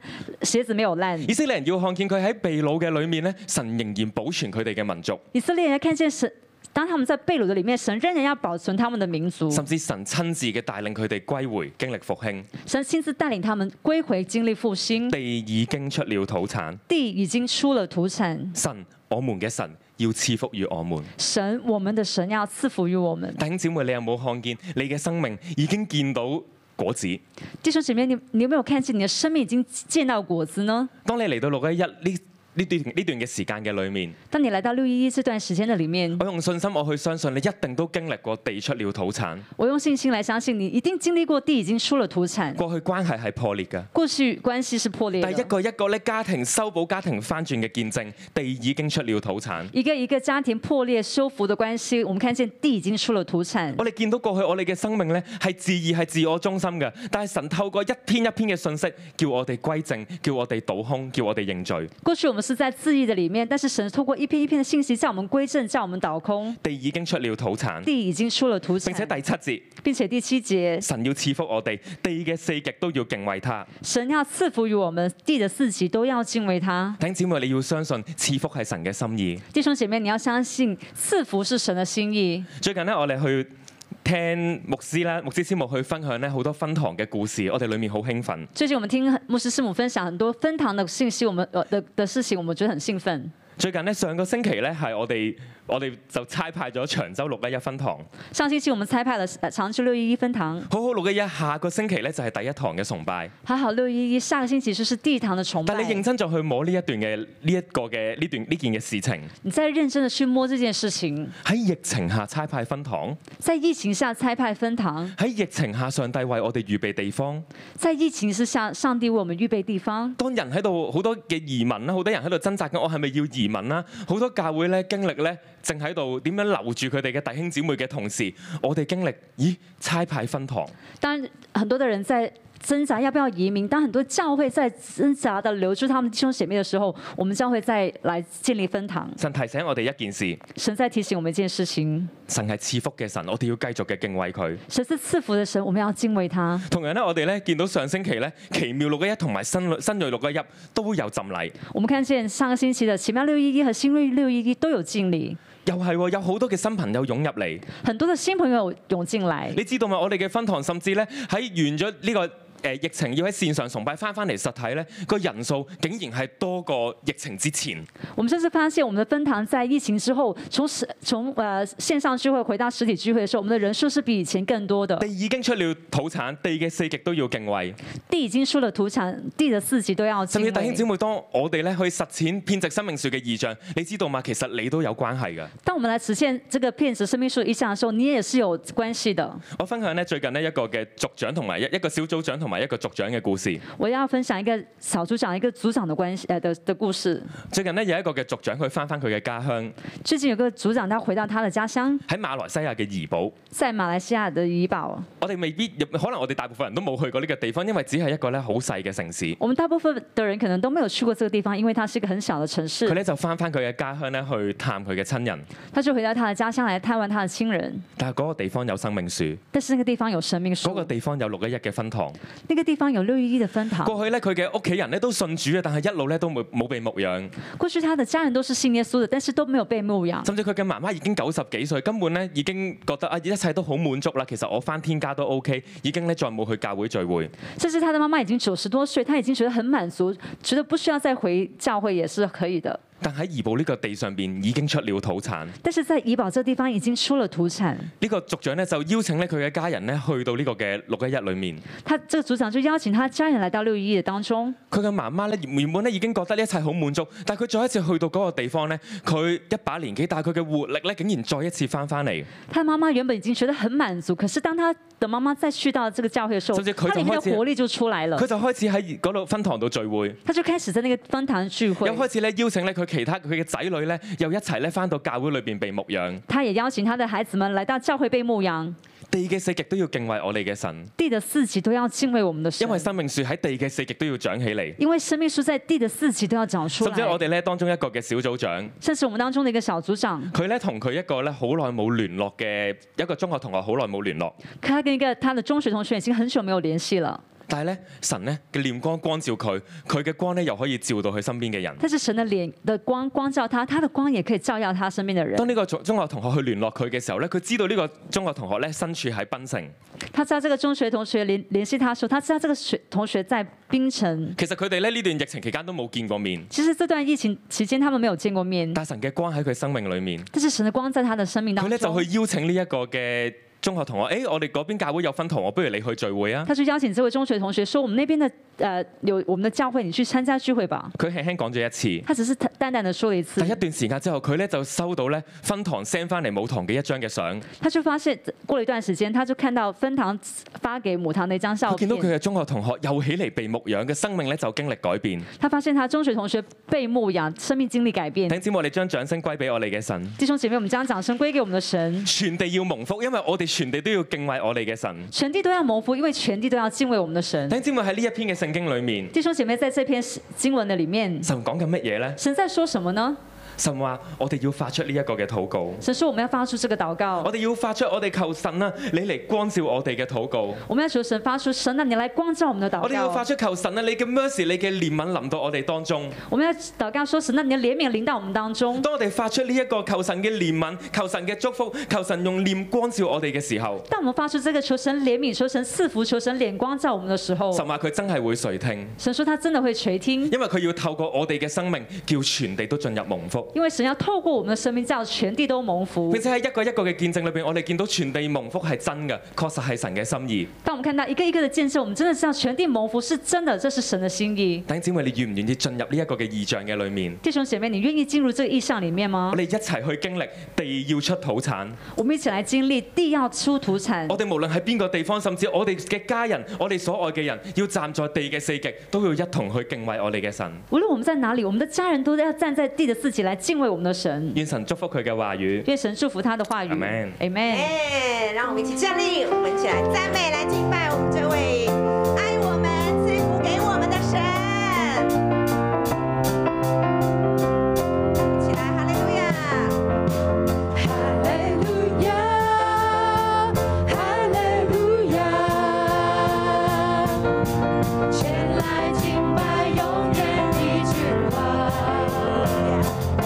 鞋子没有烂。
以色列人要看見佢喺被擄嘅裏面咧，神仍然保存佢哋嘅民族，
以色列人要看见神，当他们在被掳的里面，神仍然要保存他们的民族，
甚至神親自嘅帶領佢哋歸回，經歷復興。
神亲自带领他们归回，经历复兴。
地已經出了土產，
地已经出了土产，
神我們嘅神要賜福與我們。
神我们的神要赐福于我们。
弟兄姊妹，你有冇看見你嘅生命已經見到果子？
弟兄姐妹，你你有没有看见你的生命已经见到果子呢？
當你嚟到六一一呢呢段呢段嘅時間嘅裏面，
当你来到六一一这段时间的里面，
我用信心我去相信你一定都經歷過地出了土產。
我用信心来相信你一定经历过地已经出了土产，
過去關係係破裂嘅，
过去关系是破裂
但係一
的。
個一個咧家庭修補家庭翻轉嘅見證，地已經出了土產。
一个一个家庭破裂修复的关系，我们看见地已经出了土产。
我哋見到過去我哋嘅生命呢係自義係自我中心嘅，但係神透過一篇一篇嘅信息，叫我哋歸正，叫我哋倒空，叫我哋認罪。
过去我们是在自义的里面，但是神透过一篇一篇的信息，叫我们归正，叫我们倒空。
地已經出了土產。
地已经出了土
並且
产，
第七節，
并且第七节，
神要賜福我哋，地嘅四極都要敬畏他。
神要赐福于我们，地的四极都要敬畏他。
弟兄姊妹，你要相信賜福係神嘅心意。
弟兄姐妹，你要相信赐福是神的心意。
最近呢，我哋去聽牧師啦，牧師師母去分享呢好多分堂嘅故事，我哋裡面好興奮。
最近我们听牧师师母分享很多分堂的信息，我们呃的的事情，我们觉得很兴奋。
最近呢，上個星期呢，係我哋我哋就差派咗長洲六一一分堂，
上星期我们差派了呃长治六一一分堂，
好好六一一下個星期呢，就係第一堂嘅崇拜。
还好六一一下个星期就是地堂的崇拜
但。你認真就去摸呢一段嘅呢一個嘅呢段呢件嘅事情，
你再认真的去摸这件事情，
喺疫情下差派分堂，
在疫情下差派分堂，
喺疫情下上帝為我哋預備地方。
在疫情之下，上帝为我们预备地方。
當人喺度好多嘅移民啦，好多人喺度掙扎緊，我係咪要移民啦？好多教會咧經歷咧，正喺度點樣留住佢哋嘅弟兄姊妹嘅同時，我哋經歷，咦，差派分堂，
当然，很多的人在挣扎要不要移民，当很多教会在挣扎的留住他们弟兄姐妹的时候，我们教会再来建立分堂。
神提醒我哋一件事，
神在提醒我们一件事情：
神係賜福嘅神，我哋要繼續嘅敬畏佢。
神是赐福的神，我们要敬畏他。
同樣咧，我哋咧見到上星期咧奇妙六一一同埋新新锐六一一都有浸禮，
我们看见上个星期的奇妙六一一和新锐六一一都有敬礼，
又係喎有好多嘅新朋友湧入
嗯
嚟。
很多的新朋友涌进来。
你知道嘛？我哋嘅分堂甚至咧喺完咗呢個誒疫情要喺線上崇拜翻翻嚟實體咧，個人數竟然係多過疫情之前。
我们这次发现，我们的分堂在疫情之后，从实从呃线上聚会回到实体聚会的时候，我们的人数是比以前更多的
地。已經出了土產，地嘅四極都要敬畏。
地已经出了土产，地的四级都要
甚
敬
至弟兄姊
畏。
妹，當我哋咧去實踐編植生命樹嘅意象，你知道嘛？其實你都有關係嘅。
当我们来实现这个骗子生命树意向的时候，你也是有关系的。
我分享咧最近呢一個嘅族長同埋一一個小組長同埋一個族長嘅故事。
我要分享一个小组长一个组长的关系呃的的故事。
最近咧有一個嘅族長，佢翻翻佢嘅家鄉
最近有個組長，他回到他的家鄉，
喺馬來西亞嘅怡保。
在馬來西亞的怡保。
我哋未必，可能我哋大部分人都冇去過呢個地方，因為只係一個咧好細嘅城市。
我們大部分的人可能都沒有去過這個地方，因為它是一個很小的城
佢
市。
咧就翻翻佢嘅家鄉咧去探佢嘅親人，
他就回到他的家鄉來探望他的親人，
但係嗰個地方有生命樹，
但是那個地方有生命
嗰、個
樹，
地方有六一一嘅分堂。
那個地方有六一一的分堂。
過去咧佢嘅屋企人咧都信主嘅，但係一路咧都冇冇被牧養，
過去他的家人都是信耶穌的，但是都沒有被牧養。
甚至佢嘅媽媽已經九十幾歲，根本咧已經覺得啊一切都好滿足啦。其實我翻天家都 OK，已經咧再冇去教會聚會。
甚至他的媽媽已經九十多歲，他已經覺得很滿足，覺得不需要再回教會也是可以的。
但喺怡保呢個地上邊已經出了土產。
但是在怡保這地方已經出了土產，
呢、個族長咧就邀請咧佢嘅家人咧去到呢個嘅六一一裏面。
他這個組長就邀請他家人來到六一一的當中。
佢嘅媽媽咧原本咧已經覺得呢一切好滿足，但係佢再一次去到嗰個地方咧，佢一把年紀，但係佢嘅活力咧竟然再一次翻翻嚟，
他妈妈原本已经觉得很满足，可是当他的妈妈再去到这个教会的时候，
甚至佢
他里面
就開
的
始
活力就出来了
佢，就開始喺嗰度分堂度聚會，
他就开始在那个分堂聚
又
会。
開始咧邀請咧佢其他佢嘅仔女咧又一齊咧翻到教會裏邊被牧養。
他也邀请他的孩子们来到教会被牧羊，
地嘅四極都要敬畏我哋嘅神，
地的四级都要敬畏我们的神
因，為生命樹喺地嘅四極都要長起嚟。
因为生命树在地的四级都要长出
甚至我
来。
哋咧當中一個嘅小組長，
甚至我们当中的一个小组长，
佢咧同佢一個咧好耐冇聯絡嘅一個中學同學好耐冇聯絡，
他跟一个他的中学同学已经很久没有联系了，
但係咧神咧嘅念光光照佢，佢嘅光咧又可以照到佢身邊嘅人。
但是神的脸的光光照他，他的光也可以照耀他身边的人
當。呢個中中學同學去聯絡佢嘅時候咧，佢知道呢個中學同學咧身處喺檳城，
他知道这个中学同学联联系他的时候，他知道这个学同学在槟城。
其實佢哋咧呢段疫情期間都冇見過面，
其实这段疫情期間，他们没有見過面，
但神嘅光喺佢生命裡面，
但是神的光在他的生命
佢
當
咧就
中。
去邀請呢一個嘅中學同學，誒、我哋嗰邊教會有分堂，我不如你去聚會啊！
他就邀請這位中學同學說：“我們那邊的呃有我們的教會，你去參加聚會吧。
佢輕輕講咗一”次。
他只是淡淡的說了一次
但，一段時間之後，佢咧就收到咧分堂 send 翻嚟母堂嘅一張嘅相，
他就發現過了一段時間，他就看到分堂發給母堂的一張照
佢見到佢
片，
嘅中學同學又起嚟被牧養嘅生命咧就經歷改變。
他發現他中學同學被牧養，生命經歷改變。
頂姊妹，你將掌聲歸俾我哋嘅神，
弟兄姐妹，我們將掌聲歸給我們的神，
全地要蒙福，因為我哋全地都要敬畏我哋嘅神。
全地都要蒙福，因為全地都要敬畏我們的神。
弟兄姊妹喺呢一篇嘅聖經裏面，
弟兄姐妹，在這篇經文的裡面，
神講緊乜嘢呢？
神在說什麼呢？
神話我哋要發出呢一個嘅禱告，
神說我們要發出這個禱告
我。哋要發出我哋求神啊，你嚟光照我哋嘅禱告，
我们要求神发出神啊，你来光照我们的祷
我哋要發
告。
出求神啊，你嘅 mercy，你嘅憐憫臨到我哋當中。
我们要祷告说神啊，你的怜悯临到我们当中。
當我哋發出呢一個求神嘅憐憫、求神嘅祝福、求神用念光照我哋嘅時候，
当我们发出这个求神怜悯、求神赐福、求神脸光照我们的时候，
神話佢真係會垂聽，
神说他真的会垂听，
因為佢要透過我哋嘅生命，叫全地都進入蒙福。
因为神要透过我们的生命，叫全地都蒙福
並。且喺一個一個嘅見證裏邊，我哋見到全地蒙福係真嘅，確實係神嘅心意。
当我们看到一个一个的见证，我们真的知道全地蒙福是真的，这是神的心意。
弟兄姊妹，你願唔願意進入呢一個嘅異象嘅裏面？
弟兄姐妹，你愿意进入这个意象里面吗
我？哋一齊去經歷地要出土產。
我们一起来经历地要出土产。
我哋無論喺邊個地方，甚至我哋嘅家人、我哋所愛嘅人，要站在地嘅四極，都要一同去敬畏我哋嘅神。
无论我们在哪里，我们的家人都要站在地的自己来敬畏我们的神。
願神祝福佢嘅話語。
愿神祝福他的话语。
Amen
Amen
哎，让我们一起站立，我们一起来赞美，来敬拜我们这位爱我们、赐福给我们的神。起来，哈利路亚！
大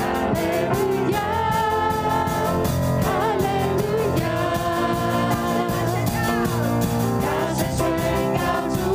声唱，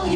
啊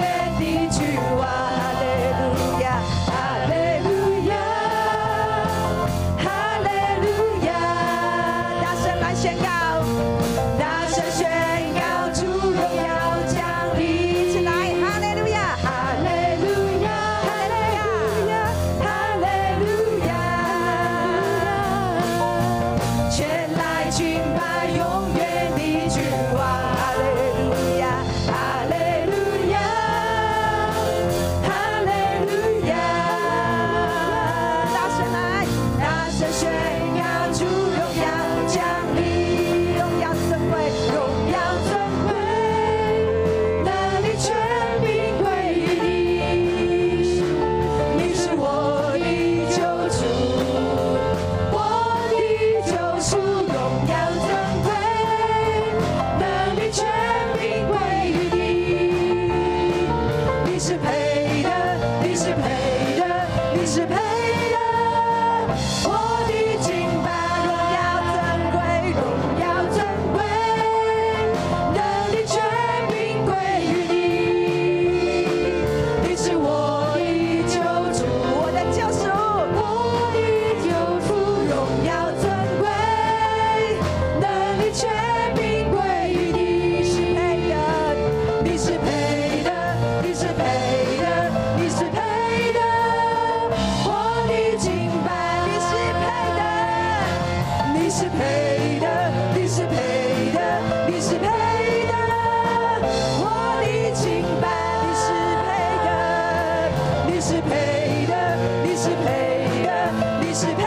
你是配的，你是配的，你是配的。我的敬拜，荣耀尊贵，荣耀尊贵，能力全柄归于你。你是我的救主，我的救赎，我的救主，荣耀尊贵，能力全柄归于你。你是配的，你是配的，你是配的，你是配的，我的敬拜。你是配的。你是配的，你是配的，你是配的，我的清白。你是配的，你是配的，你是配的，你是配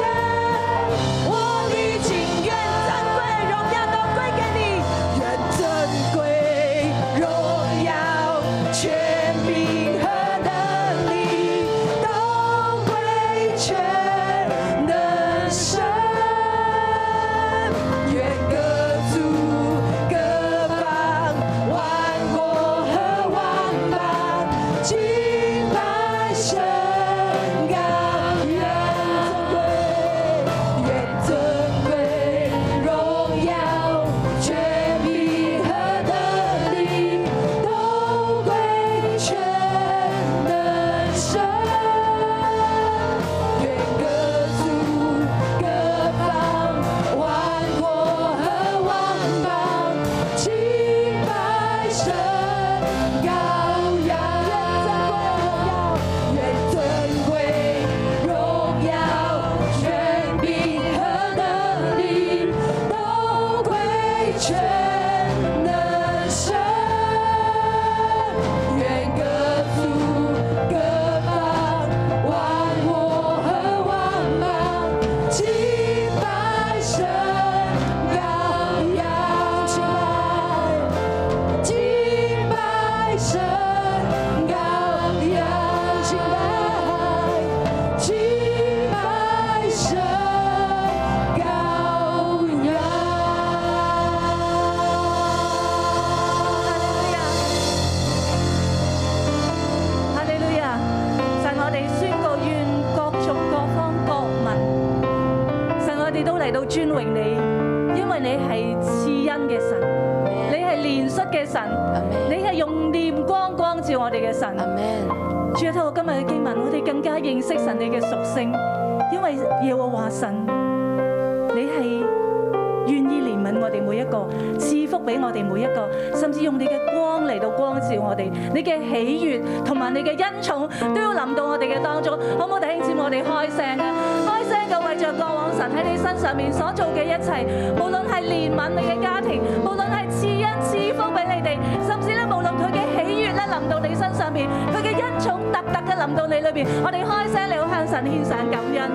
的，我的情愿尊贵，荣耀都归给你，愿尊贵荣耀全柄和能力都归全能神。愿各族、各方、万国和万邦敬拜神高远尊贵，愿尊贵荣耀全柄和能力都归全能神。愿各族、各方、万国和万邦，敬拜神羔羊。愿尊贵、荣耀、权柄和能力，都归全能神。愿各族、各方、万国和万邦，敬拜神羔羊，敬拜，敬拜神羔羊，敬拜，敬拜神羔羊。
哈利路亞！神，我哋宣告願各族各方各民，神，我哋都嚟到尊榮你，因為你係賜恩嘅神，你係憐恤嘅神，你係用念光光照我哋嘅神。主啊，透過今日嘅經文，我哋更加認識神你嘅屬性，因為耶和華神，你係願意憐憫我哋每一個，賜福俾我哋每一個，甚至用你嘅光嚟到光照我哋，你嘅喜悦同埋你嘅恩寵都要臨到我哋嘅當中，好唔好？弟兄姊妹，我哋開聲啊！開聲嘅為着過往神喺你身上面所做嘅一切，無論係憐憫你嘅家庭，無論係賜恩賜福俾你哋，甚至咧無論佢嘅喜悦咧臨到你身上面，佢嘅恩寵特特嘅臨到你裏邊，我哋開聲嚟到向神獻上感恩。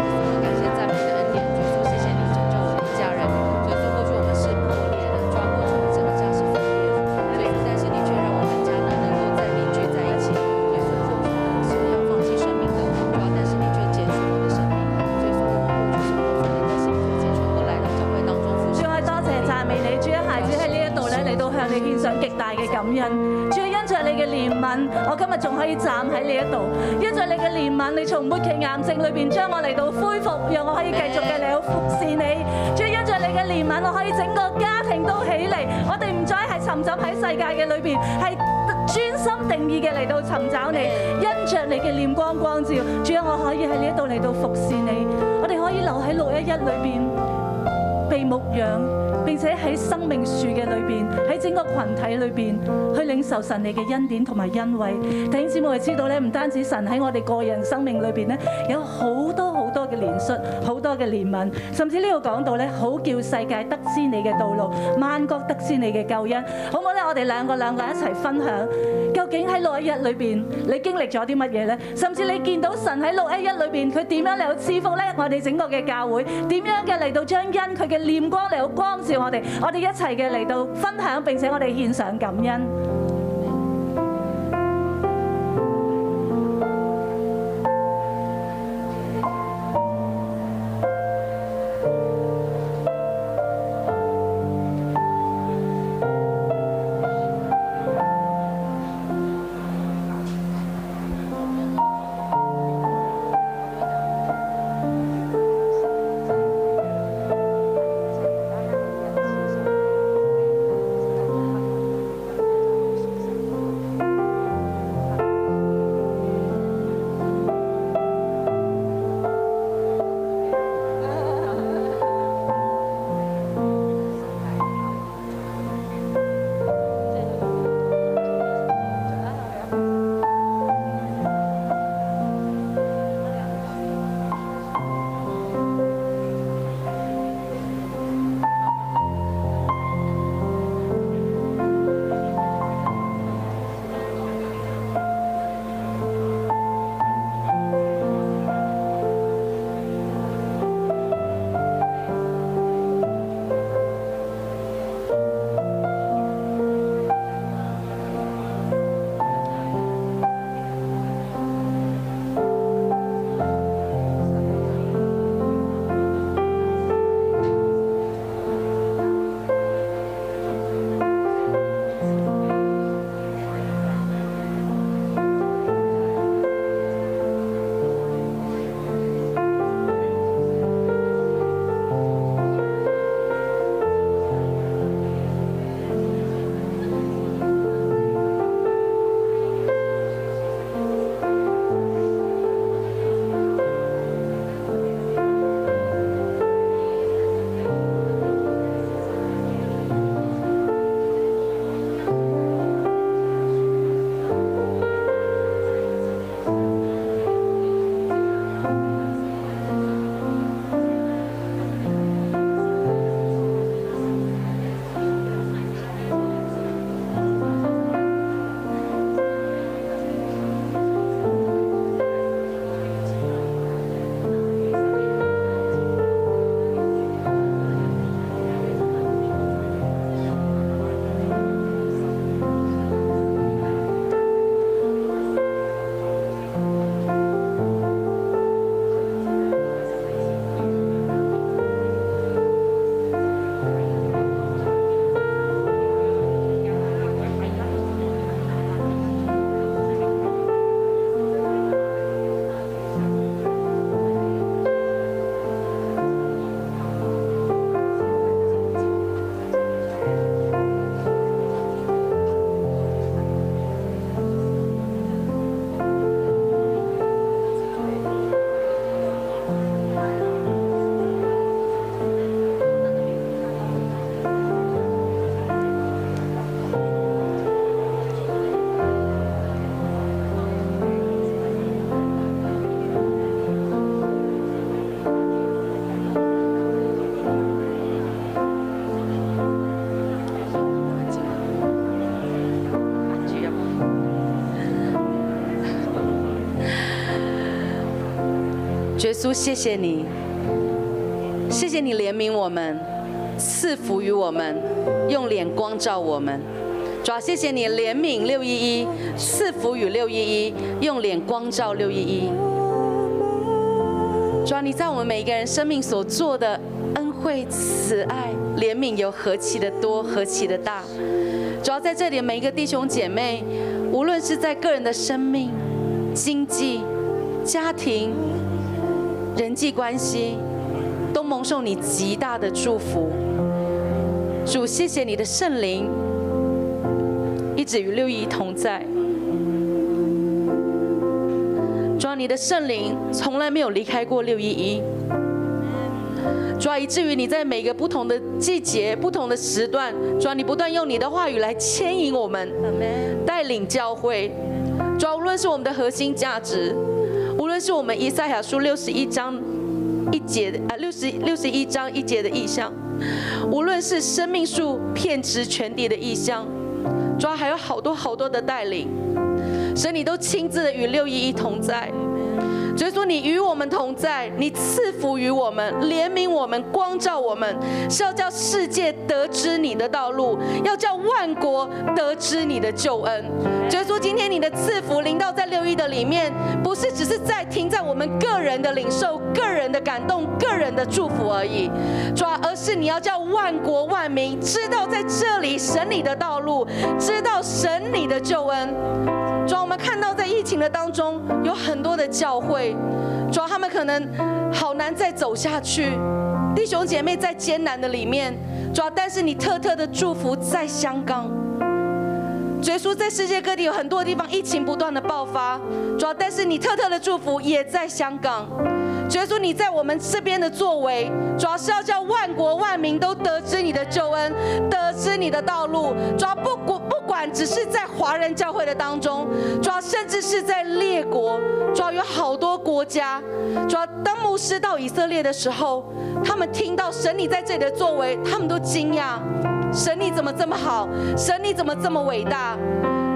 感谢赞美的恩典，主说谢谢你拯救我们一家人。主说过去我们是破裂的，抓过去我们整个家是分裂的。所以但是你却让我们家人能够在凝聚在一起。所以说过去我们是要放弃生命的，主要但是你却结束我的生命。所以说我们过去是破碎的，但是你却结束我来到教会当中服
主
侍。
我哋多謝讚美你，主啊，孩子喺呢一度咧嚟到向你獻上極大嘅感恩。主啊，因着你嘅憐憫，我今日仲可以站喺呢一度。因着你嘅憐憫，你從末期癌症裏邊將我嚟到恢復，讓我可以繼續嘅嚟到服侍你。主啊，因着你嘅憐憫，我可以整個家庭都起嚟。我哋唔再係沉浸喺世界嘅裏邊，係專心定意嘅嚟到尋找你。因着你嘅念光光照，主啊，我可以喺呢一度嚟到服侍你。我哋可以留喺六一一裏邊。被牧養，並且喺生命樹嘅裏邊，喺整個群體裏邊去領受神你嘅恩典同埋恩惠。弟兄姊妹我哋知道咧，唔單止神喺我哋個人生命裏邊咧，有好多好多嘅憐恤，好多嘅憐憫，甚至呢度講到咧，好叫世界得知你嘅道路，萬國得知你嘅救恩，好唔好咧？我哋兩個兩個一齊分享，究竟喺六一一裏邊，你經歷咗啲乜嘢咧？甚至你見到神喺六一一裏邊，佢點樣嚟到賜福咧？我哋整個嘅教會點樣嘅嚟到將恩佢嘅念光嚟到光照我哋，我哋一齊嘅嚟到分享，並且我哋獻上感恩。
主耶稣，谢谢你，谢谢你怜悯我们，赐福于我们，用脸光照我们。主啊，谢谢你怜悯六一一，赐福与六一一，用脸光照六一一。主啊，你在我们每一个人生命所做的恩惠、慈爱、怜悯，有何其的多，何其的大。主要在这里的每一个弟兄姐妹，无论是在个人的生命、经济、家庭、人际关系，都蒙受你极大的祝福。主，谢谢你的圣灵，一直与六一同在。主啊，你的圣灵从来没有离开过六一一。主啊，以至于你在每个不同的季节、不同的时段，主啊，你不断用你的话语来牵引我们，带领教会。主啊，无论是我们的核心价值，无论是我们以赛亚书六十一章一节啊六十六十一章一节的意象，无论是生命树遍植全地的意象，主啊，还有好多好多的带领。神，你都亲自的与六一一同在。所以说，你与我们同在，你赐福于我们，怜悯我们，光照我们，是要叫世界得知你的道路，要叫万国得知你的救恩。所以说，今天你的赐福临到在六一的里面，不是只是在停在我们个人的领受、个人的感动、个人的祝福而已，主啊，而是你要叫万国万民知道在这里神你的道路，知道神你的救恩。主啊，我们看到在疫情的当中，有很多的教会，主啊，他们可能好难再走下去，弟兄姐妹在艰难的里面，主啊，但是你特特的祝福在香港。主耶稣在世界各地有很多地方疫情不断的爆发，主啊，但是你特特的祝福也在香港。主耶稣，你在我们这边的作为，主要是要叫万国万民都得知你的救恩，得知你的道路。主要不管不管只是在华人教会的当中，主要甚至是在列国，主要有好多国家。主要当牧师到以色列的时候，他们听到神你在这里的作为，他们都惊讶：神你怎么这么好？神你怎么这么伟大？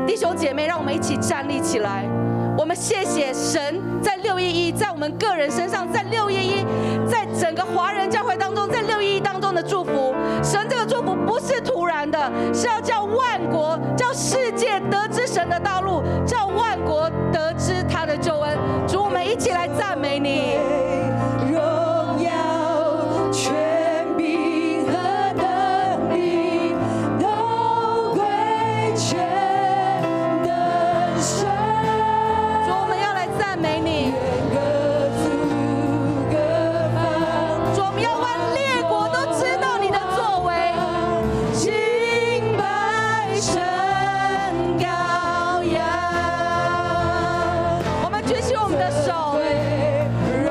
弟兄姐妹，让我们一起站立起来。我们谢谢神在六一一，在我们个人身上，在六一一，在整个华人教会当中，在六一一当中的祝福。神这个祝福不是突然的，是要叫万国、叫世界得知神的道路，叫万国得知他的救恩。主，我们一起来赞美你。
荣耀、权柄和能力都归全能神。
主，我们要来赞美你。
各族各方，
主，我们要万列国都知道你的作为。
敬拜神羔羊。
我们举起我们的手。
荣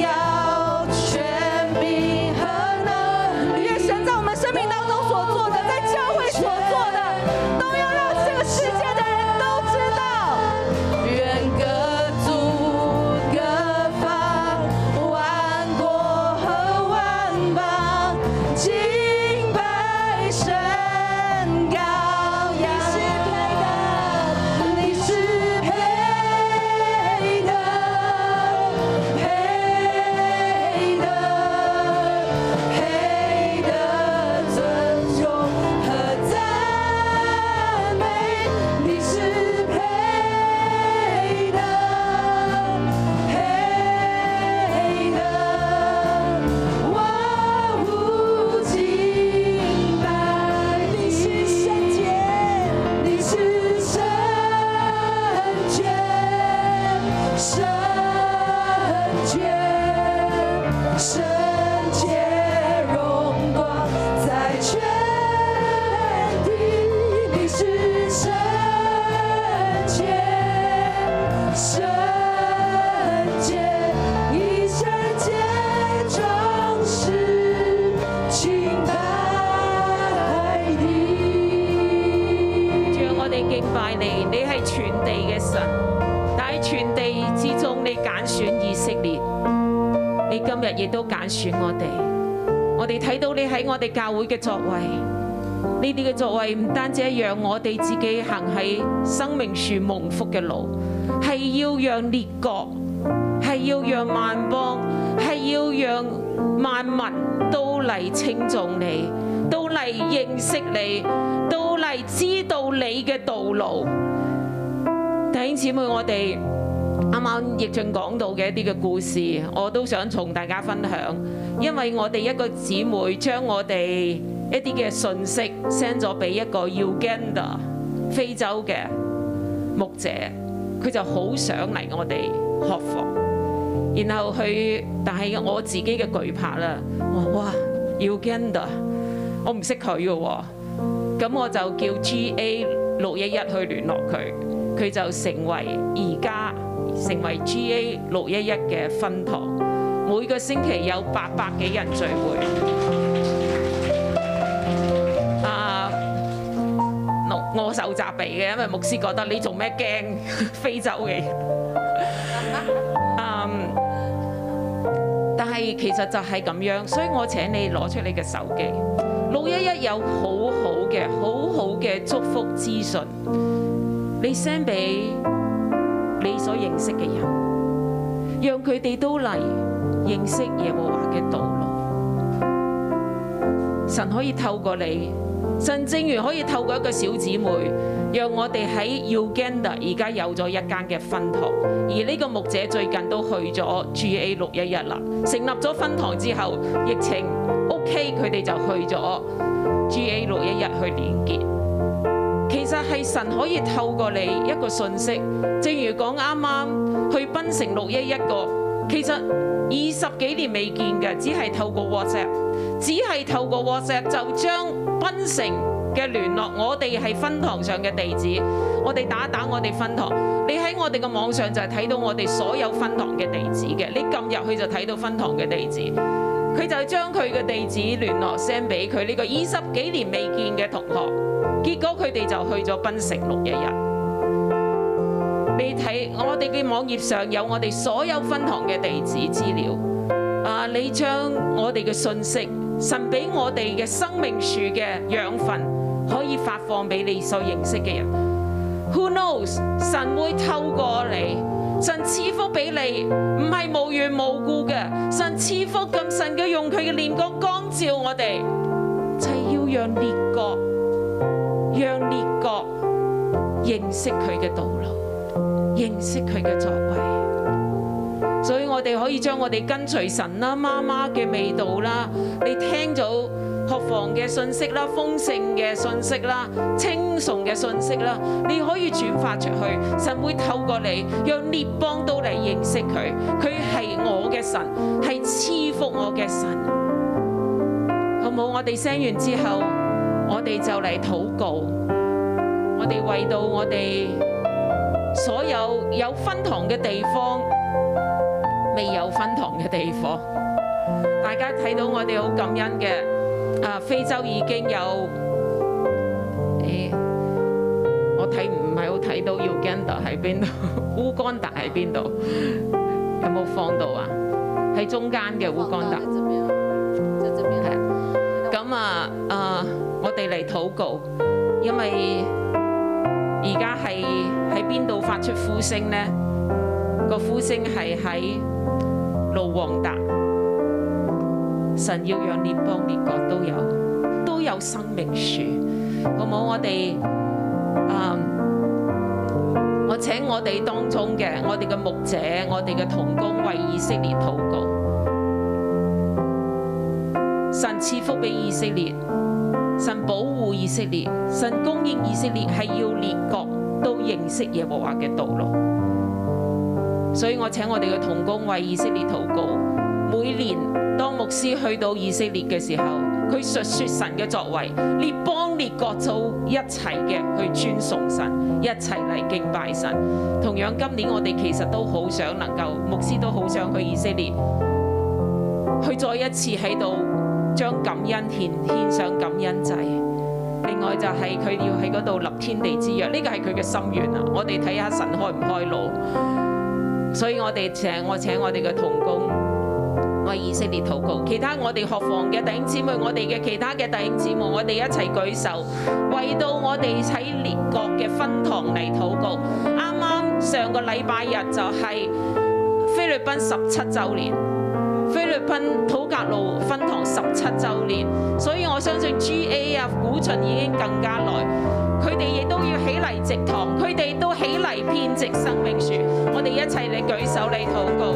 耀、权柄和能力，
愿神在我们生命当中所做的，在教会所做的，都要让这个世界的人都知道。
愿各族各方、万国和万邦敬拜神羔羊。你是配的，配的，配的尊重和赞美。你是配的，配的，万物敬拜你。你是圣洁，圣洁，圣洁荣光在全地。你是圣洁，圣洁，一生皆忠实，敬拜你。
主，我哋敬拜你，你係全地嘅神，但喺全地之中，你揀選以色列，你今日亦都揀選我哋。我哋睇到你喺我哋教會嘅作為，呢啲嘅作為唔單止係讓我哋自己行喺生命樹蒙福嘅路，係要讓列國，係係要讓萬邦，係要讓萬民都嚟稱重你，都嚟認識你，都嚟知道你嘅道路。弟兄姊妹，我哋啱啱易俊講到嘅一啲嘅故事，我都想同大家分享，因為我哋一個姊妹將我哋一啲嘅信息 send 咗俾一個 Uganda 非洲嘅牧者，佢就好想嚟我哋學房。然後佢，但係我自己嘅懼怕啦，我話哇 Uganda，我唔識佢嘅喎，咁我就叫 GA 六一一去聯絡佢，佢就成為而家成為 GA 六一一嘅分堂，每個星期有八百幾人聚會。啊！我我受責備嘅，因為牧師覺得你做咩驚 非洲嘅人？嗯，但係其實就係咁樣，所以我請你攞出你嘅手機，六一一有好好嘅、好好嘅祝福資訊，你 send 俾你所認識嘅人，讓佢哋都嚟認識耶和華嘅道路。神可以透過你，神正如可以透過一個小姊妹，讓我哋喺 Uganda 而家有咗一間嘅分堂，而呢個牧者最近都去咗 GA 六一一啦。成立咗分堂之後，疫情 OK，佢哋就去咗 GA 六一一去連結。其實係神可以透過你一個信息，正如講啱啱去檳城六一一個，其實二十幾年未見嘅，只係透過 WhatsApp。只係透過 WhatsApp 就將檳城嘅聯絡，我哋係分堂上嘅地址，我哋打一打我哋分堂。你喺我哋嘅網上就係睇到我哋所有分堂嘅地址嘅，你撳入去就睇到分堂嘅地址。佢就將佢嘅地址聯絡 send 俾佢呢個二十幾年未見嘅同學，結果佢哋就去咗檳城六一日。你睇我哋嘅網頁上有我哋所有分堂嘅地址資料。啊！你將我哋嘅信息，神俾我哋嘅生命樹嘅養分，可以發放俾你所認識嘅人。Who knows？神會透過你，神賜福俾你，唔係無緣無故嘅。神賜福咁，神嘅用佢嘅臉光光照我哋，就係、要讓列國，讓列國認識佢嘅道路，認識佢嘅作為。所以我哋可以將我哋跟隨神啦、媽媽嘅味道啦，你聽到學房嘅信息啦、豐盛嘅信息啦、清崇嘅信息啦，你可以轉發出去，神會透過你，讓列邦都嚟認識佢，佢係我嘅神，係賜福我嘅神，好冇？我哋 send 完之後，我哋就嚟禱告，我哋為到我哋所有有分堂嘅地方。未有分堂嘅地方。大家睇到我哋好感恩嘅，啊非洲已經有誒、我睇唔係好睇到 Uganda 喺邊度， 烏干達喺邊度，有冇放到啊？喺中間嘅烏干達。
怎么样？在这边。
係啊咁啊，啊，我哋嚟禱告，因為而家係喺邊度發出呼聲呢？個呼聲係喺盧旺達，神要讓列邦列國都有都有生命樹，好冇？我哋啊〜我請我哋當中嘅我哋嘅牧者、我哋嘅童工為以色列禱告。神賜福俾以色列，神保護以色列，神供應以色列，係要列國都認識耶和華嘅道路。所以我請我哋嘅童工為以色列禱告。每年當牧師去到以色列嘅時候，佢述說神嘅作為，列邦列國就一齊嘅去尊崇神，一齊嚟敬拜神。同樣今年我哋其實都好想能夠，牧師都好想去以色列。去再一次喺度將感恩獻獻上感恩祭。另外就係佢要喺嗰度立天地之約，呢個係佢嘅心願啊！我哋睇下神開唔開路。所以我哋請我請我哋嘅童工為以色列禱告，其他我哋學房嘅弟兄姊妹，我哋嘅其他嘅弟兄姊妹，我哋一齊舉手，為到我哋喺列國嘅分堂嚟禱告。啱啱上個禮拜日就係、菲律賓十七週年。菲律賓普格路分堂十七週年，所以我相信 G.A. 啊古秦已經更加耐，佢哋亦都要起嚟植堂，佢哋都起嚟編植生命樹，我哋一齊嚟舉手嚟禱告。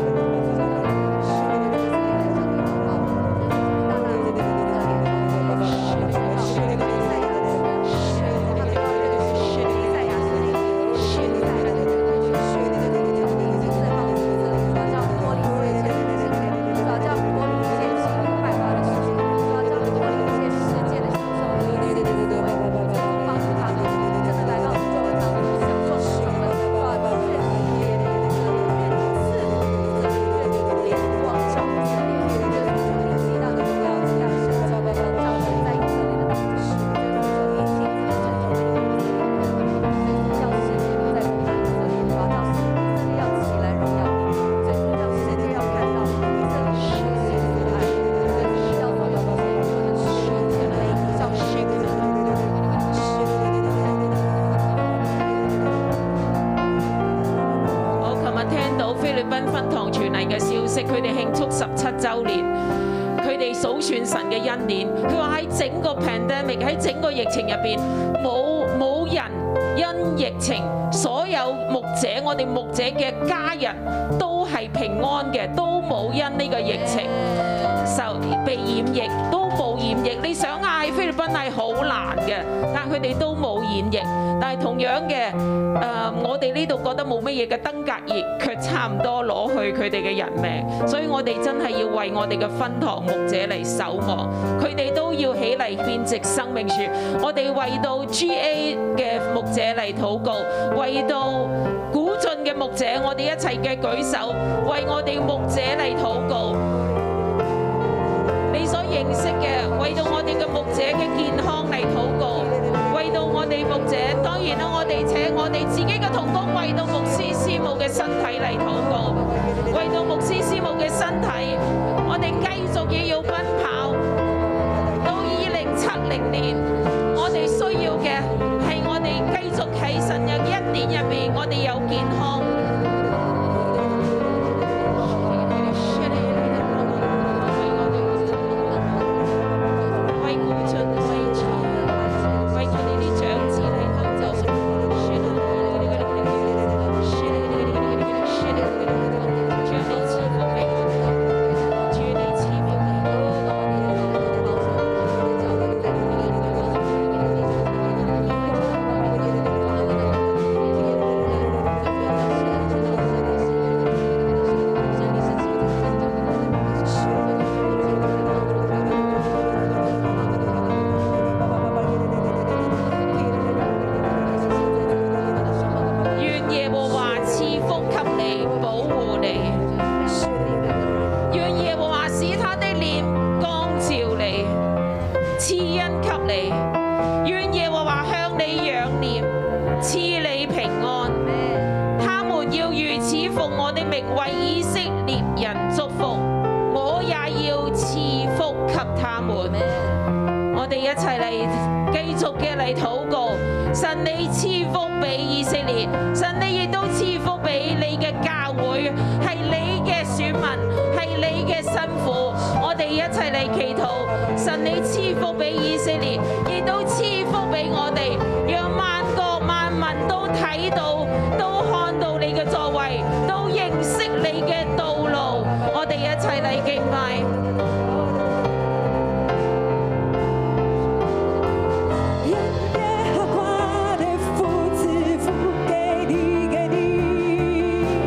我琴日聽到菲律賓分堂傳嚟嘅消息，佢哋慶祝十七週年，佢哋數算神嘅恩典。佢話喺整個 pandemic 喺整個疫情入邊，冇冇人因疫情，所有牧者我哋牧者嘅家人都係平安嘅，都冇因呢個疫情受被染疫，都冇染疫。你想啊喺菲律賓係好難嘅，但佢哋都冇染疫。但係同樣嘅。誒、我哋呢度覺得冇乜嘢嘅登革熱，卻差唔多攞去佢哋嘅人命，所以我哋真係要為我哋嘅分堂牧者嚟守望，佢哋都要起嚟變植生命樹。我哋為到 GA 嘅牧者嚟禱告，為到古晉嘅牧者，我哋一齊嘅舉手，為我哋牧者嚟禱告。你所認識嘅，為到我哋嘅牧者嘅健康嚟禱告，為到我哋牧者，當然啦，我哋請我哋自己嘅同工為到牧師師母嘅身體嚟禱告，為到牧師師母嘅身體，我哋繼續嘢要奔跑，到二零七零年，我哋需要嘅係我哋繼續喺神嘅恩典入邊，我哋有健康。為鼓掌，為唱，為我哋啲長子嚟合奏。主你賜福俾我哋，主你賜福俾我。願耶和華賜福給你，保護你。願耶和華使他的臉光照你，賜恩給你。願耶和華向你仰臉，賜你平安。他們要如此奉我的名為以色列人祝福，我也要賜福給他們。我哋一齊嚟繼續嘅嚟禱告，神你賜福俾以色列，神你亦都賜福俾你嘅教會，係你嘅選民，係你嘅辛苦，我哋一齊嚟祈禱，神你賜福俾以色列，亦都賜福俾我哋，讓萬國萬民都睇到，都看到你嘅作為，都認識你嘅道路，我哋一齊嚟敬拜。
愿耶和华的福赐福给你，给你。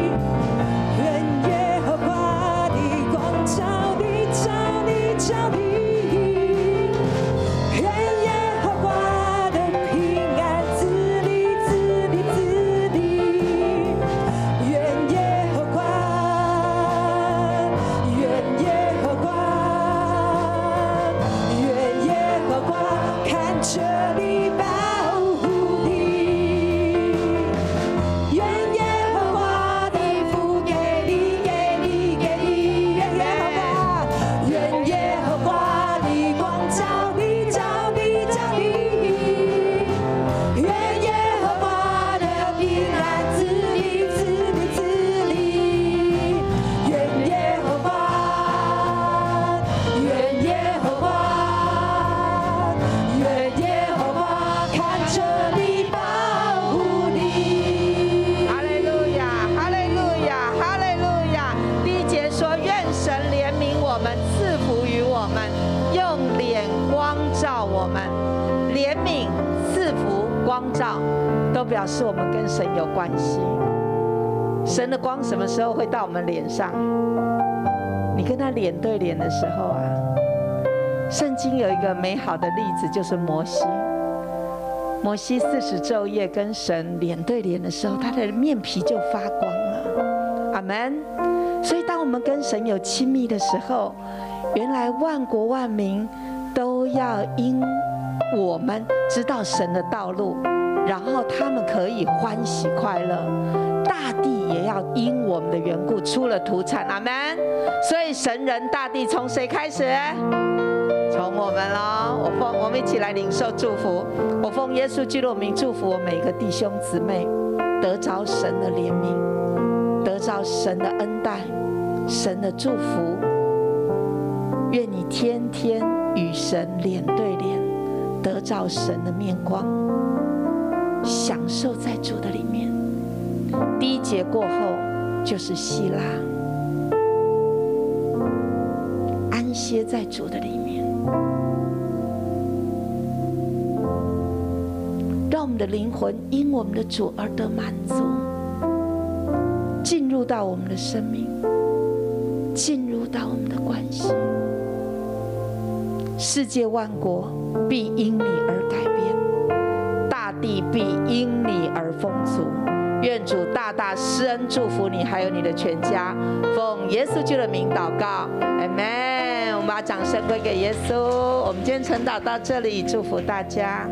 都表示我们跟神有关系。神的光什么时候会到我们脸上？你跟他脸对脸的时候啊，圣经有一个美好的例子，就是摩西。摩西四十昼夜跟神脸对脸的时候，他的面皮就发光了。阿门。所以，当我们跟神有亲密的时候，原来万国万民都要因我们知道神的道路，然后他们可以欢喜快乐。大地也要因我们的缘故出了土产，阿门。所以神人大地从谁开始？从我们喽，我奉我们一起来领受祝福。我奉耶稣基督的名祝福我每个弟兄姊妹，得着神的怜悯，得着神的恩待，神的祝福。愿你天天与神脸对脸，得着神的面光，享受在主的里面。第一节过后就是希腊，安歇在主的里面。让我们的灵魂因我们的主而得满足，进入到我们的生命，进入到我们的关系。世界万国必因你而改变，大地必因你而丰足。愿主大大施恩祝福你，还有你的全家。奉耶稣基督的名祷告，Amen。我们把掌声归给耶稣。我们今天晨祷到这里，祝福大家。